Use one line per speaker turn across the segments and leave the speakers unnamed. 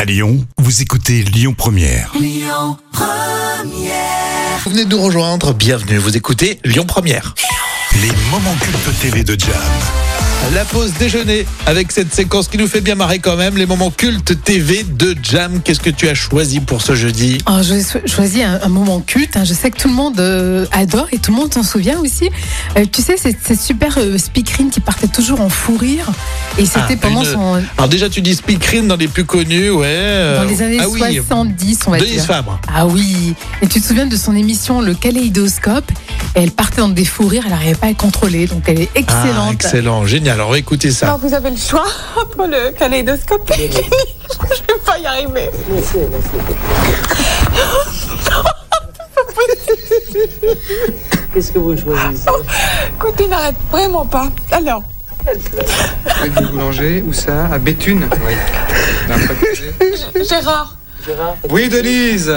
À Lyon, vous écoutez Lyon Première.
Vous venez de nous rejoindre, bienvenue, vous écoutez Lyon Première.
Les moments cultes TV de Jam.
La pause déjeuner avec cette séquence qui nous fait bien marrer quand même, les moments cultes TV de Jam. Qu'est-ce que tu as choisi pour ce jeudi
Alors, je cho- choisis un, un moment culte. hein. Je sais que tout le monde euh, adore et tout le monde s'en souvient aussi. Euh, tu sais, c'est cette super euh, speakerine qui partait toujours en fou rire. Et c'était
Ah,
pendant
une-
son.
Alors déjà tu dis speakerine dans les plus connus, ouais. euh,
Dans les années
ah
70, on va
oui, Denise
dire.
Fabre.
Ah oui. Et tu te souviens de son émission Le Kaléidoscope Et Elle partait dans des fous rires, elle n'arrivait pas à le contrôler. Donc, elle est
Ah,
excellente.
excellent, génial. Alors écoutez ça.
Alors vous avez le choix pour le kaléidoscope pécunique. Je vais pas y arriver.
Qu'est-ce que vous choisissez
Écoutez, n'arrête vraiment pas. Alors,
Faites du boulanger, où ça À Béthune Oui.
Gérard,
Oui, Denise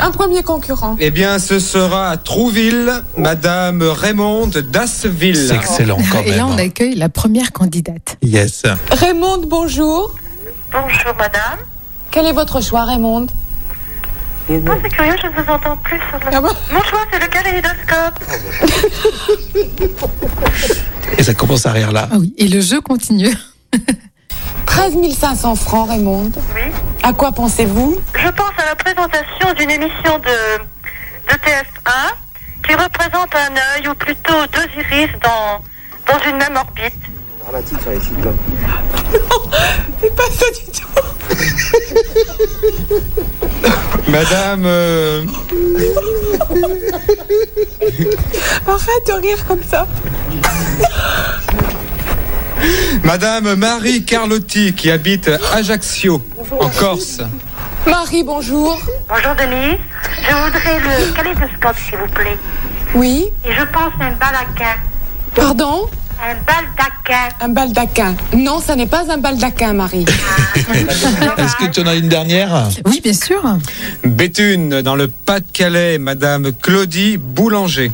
un premier concurrent.
Eh bien, ce sera à Trouville, Madame Raymonde
C'est
d'Asseville.
excellent quand
et
même. hein.
là, on accueille la première candidate.
Yes.
Raymond, bonjour.
Bonjour madame.
Quel est votre choix, Raymond
Oh, c'est curieux, je ne vous entends plus sur le...
Ah bon
Mon choix, c'est le kaléidoscope.
Et ça commence à rire là.
Ah oui. Et le jeu continue.
13 500 francs, Raymond.
Oui.
À quoi pensez-vous
Je pense à la présentation d'une émission de, de TF1 qui représente un œil ou plutôt deux iris dans, dans une même orbite.
C'est pas ça du tout.
Madame. euh,
Arrête de rire comme ça.
Madame Marie Carlotti, qui habite Ajaccio, en Corse.
Marie, bonjour.
Bonjour Denise. Je voudrais le kaléidoscope, s'il vous plaît.
Oui.
Et je pense à un balaquin.
Pardon
Un baldaquin.
Un baldaquin. Non, ça n'est pas un baldaquin, Marie.
Est-ce que tu en as une dernière
Oui, bien sûr.
Béthune, dans le Pas-de-Calais, Madame Claudie Boulanger.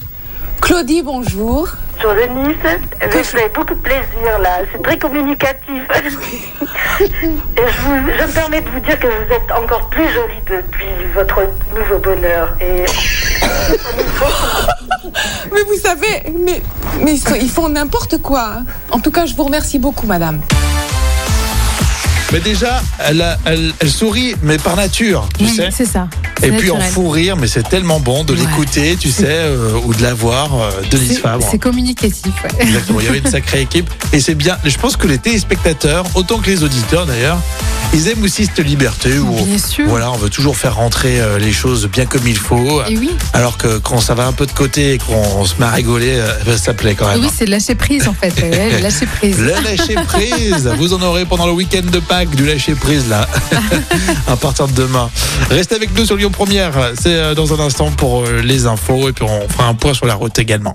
Claudie, bonjour.
Bonjour Denise. Je fais beaucoup de plaisir là. C'est très communicatif. Et je, vous- je me permets de vous dire que vous êtes encore plus jolie depuis votre nouveau bonheur. Et
Mais vous savez, mais, mais ils sont- ils font n'importe quoi. En tout cas, je vous remercie beaucoup, madame.
Mais déjà, elle, a- elle- elle sourit, mais par nature, tu
Oui,
sais.
c'est ça.
Et
C'est
puis en
naturel.
fou rire, mais c'est tellement bon de
Ouais.
l'écouter, tu sais, euh, ou de la voir, euh, Denise
C'est
Fabre.
c'est communicatif, ouais.
Exactement, il y avait une sacrée équipe. Et c'est bien, je pense que les téléspectateurs, autant que les auditeurs d'ailleurs, ils aiment aussi cette liberté où
Bien sûr.
voilà, on veut toujours faire rentrer euh, les choses bien comme il faut.
Et oui,
Alors que quand ça va un peu de côté et qu'on se met à rigoler, euh, ben, ça plaît quand
et
même.
oui c'est de lâcher prise en fait. Ouais, le lâcher prise.
Le lâcher prise, vous en aurez pendant le week-end de Pâques du lâcher prise là, à partir de demain. Restez avec nous sur Lyon Première, c'est euh, dans un instant pour euh, les infos et puis on fera un point sur la route également.